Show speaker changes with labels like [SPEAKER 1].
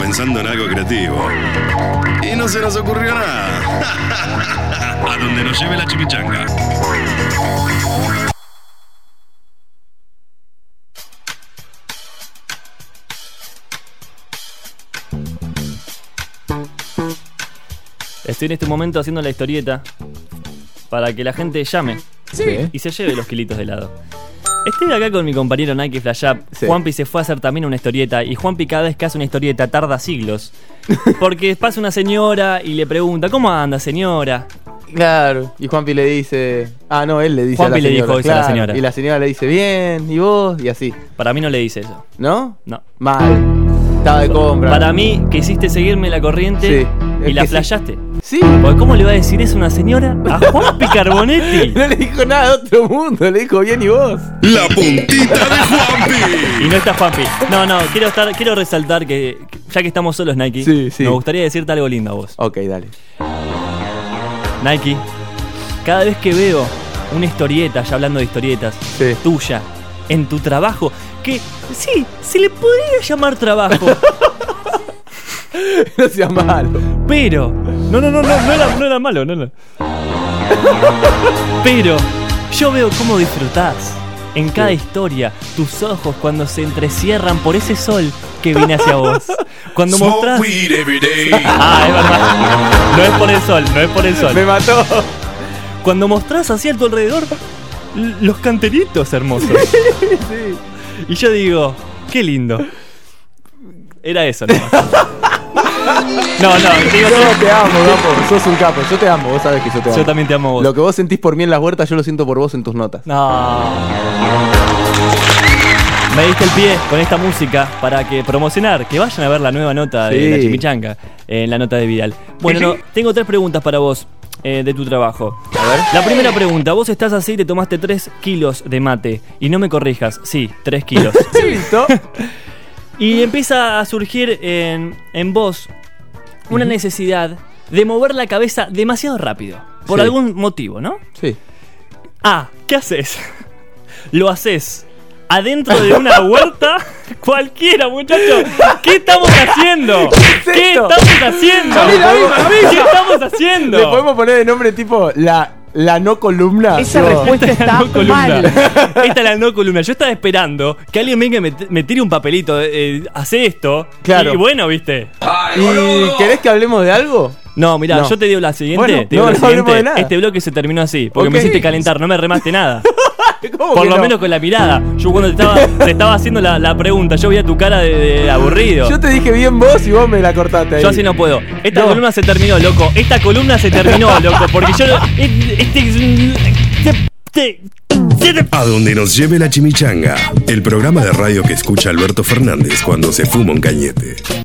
[SPEAKER 1] pensando en algo creativo. Y no se nos ocurrió nada. A donde nos lleve la chimichanga.
[SPEAKER 2] Estoy en este momento haciendo la historieta para que la gente llame y se lleve los kilitos de helado. Estoy acá con mi compañero Nike Flash Up.
[SPEAKER 3] Sí.
[SPEAKER 2] Juanpi se fue a hacer también una historieta y Juanpi cada vez que hace una historieta tarda siglos. Porque pasa una señora y le pregunta, ¿cómo anda señora?
[SPEAKER 3] Claro. Y Juanpi le dice. Ah, no, él le dice.
[SPEAKER 2] Juanpi
[SPEAKER 3] a la
[SPEAKER 2] le
[SPEAKER 3] señora,
[SPEAKER 2] dijo eso a la
[SPEAKER 3] claro.
[SPEAKER 2] señora.
[SPEAKER 3] Y la señora le dice, bien, y vos, y así.
[SPEAKER 2] Para mí no le dice eso.
[SPEAKER 3] ¿No?
[SPEAKER 2] No.
[SPEAKER 3] Mal. Estaba de compra.
[SPEAKER 2] Para mí quisiste seguirme la corriente
[SPEAKER 3] Sí.
[SPEAKER 2] y
[SPEAKER 3] Es
[SPEAKER 2] la
[SPEAKER 3] que sí.
[SPEAKER 2] flashaste.
[SPEAKER 3] Sí.
[SPEAKER 2] Porque ¿cómo le va a decir eso una señora a Juanpi Carbonetti?
[SPEAKER 3] No le dijo nada de otro mundo, le dijo bien y vos.
[SPEAKER 1] La puntita de Juanpi.
[SPEAKER 2] Y no está Juanpi. No, no, quiero estar, quiero resaltar que, que ya que estamos solos, Nike,
[SPEAKER 3] Sí, sí.
[SPEAKER 2] me gustaría decirte algo lindo a vos.
[SPEAKER 3] Ok, dale.
[SPEAKER 2] Nike, cada vez que veo una historieta, ya hablando de historietas,
[SPEAKER 3] Sí.
[SPEAKER 2] tuya, en tu trabajo, que sí, se le podría llamar trabajo,
[SPEAKER 3] No seas malo.
[SPEAKER 2] pero. No, no, no, no, no era, no era malo, no, no. Pero yo veo cómo disfrutás en cada
[SPEAKER 3] Sí.
[SPEAKER 2] historia tus ojos cuando se entrecierran por ese sol que viene hacia vos. Cuando
[SPEAKER 1] Smoke
[SPEAKER 2] mostrás.
[SPEAKER 1] weed every day.
[SPEAKER 2] Ah, es verdad. No es por el sol, no es por el sol.
[SPEAKER 3] Me mató.
[SPEAKER 2] Cuando mostrás así a tu alrededor l- los canteritos hermosos.
[SPEAKER 3] Sí.
[SPEAKER 2] Y yo digo, qué lindo. Era eso, nomás. No, no, digo,
[SPEAKER 3] Yo te amo, Gapo. Sos un capo. Yo te amo. Vos sabés que yo te amo.
[SPEAKER 2] yo también te amo a vos.
[SPEAKER 3] Lo que vos sentís por mí en las huertas, yo lo siento por vos en tus notas.
[SPEAKER 2] No. Me diste el pie con esta música para que promocionar, que vayan a ver la nueva nota de
[SPEAKER 3] Sí.
[SPEAKER 2] la chimichanga en la nota de Vidal. Bueno, no, tengo tres preguntas para vos eh, de tu trabajo. La primera pregunta, vos estás así, te tomaste 3 kilos de mate. Y no me corrijas, sí, 3 kilos.
[SPEAKER 3] Listo.
[SPEAKER 2] y empieza a surgir en, en vos una necesidad de mover la cabeza demasiado rápido. Por
[SPEAKER 3] Sí.
[SPEAKER 2] algún motivo, ¿no?
[SPEAKER 3] Sí.
[SPEAKER 2] A. Ah, ¿Qué haces? Lo haces adentro de una huerta cualquiera, muchachos. ¿Qué estamos haciendo?
[SPEAKER 3] es
[SPEAKER 2] ¿Qué
[SPEAKER 3] esto?
[SPEAKER 2] estamos haciendo?
[SPEAKER 3] Salí la misma, la misma.
[SPEAKER 2] ¿Qué estamos
[SPEAKER 3] ¿Le
[SPEAKER 2] haciendo?
[SPEAKER 3] podemos poner de nombre tipo la, la no columna?
[SPEAKER 4] Esa
[SPEAKER 3] Tipo,
[SPEAKER 4] respuesta
[SPEAKER 2] la
[SPEAKER 4] está
[SPEAKER 2] no columna.
[SPEAKER 4] mal.
[SPEAKER 2] Esta es la no columna. Yo estaba esperando que alguien venga y me, me tire un papelito. eh, hace esto.
[SPEAKER 3] Claro.
[SPEAKER 2] Y bueno, viste.
[SPEAKER 3] ¿Y querés que hablemos de algo?
[SPEAKER 2] No, mirá,
[SPEAKER 3] No.
[SPEAKER 2] yo te digo la siguiente.
[SPEAKER 3] Bueno,
[SPEAKER 2] te digo
[SPEAKER 3] no,
[SPEAKER 2] la
[SPEAKER 3] no hablemos
[SPEAKER 2] siguiente.
[SPEAKER 3] de nada.
[SPEAKER 2] Este bloque se terminó así. Porque me
[SPEAKER 3] Ok.
[SPEAKER 2] hiciste calentar. No me remaste nada.
[SPEAKER 3] ¿Cómo
[SPEAKER 2] Por
[SPEAKER 3] que
[SPEAKER 2] lo
[SPEAKER 3] no?
[SPEAKER 2] menos con la mirada. Yo cuando te estaba, te estaba haciendo la, la pregunta, yo veía tu cara de, de aburrido.
[SPEAKER 3] Yo te dije bien vos y vos me la cortaste ahí.
[SPEAKER 2] Yo así no puedo. Esta
[SPEAKER 3] No.
[SPEAKER 2] columna se terminó, loco. Esta columna se terminó, loco. Porque yo. no- Este. este- este-
[SPEAKER 1] A donde nos lleve la chimichanga. El programa de radio que escucha Alberto Fernández cuando se fuma un cañete.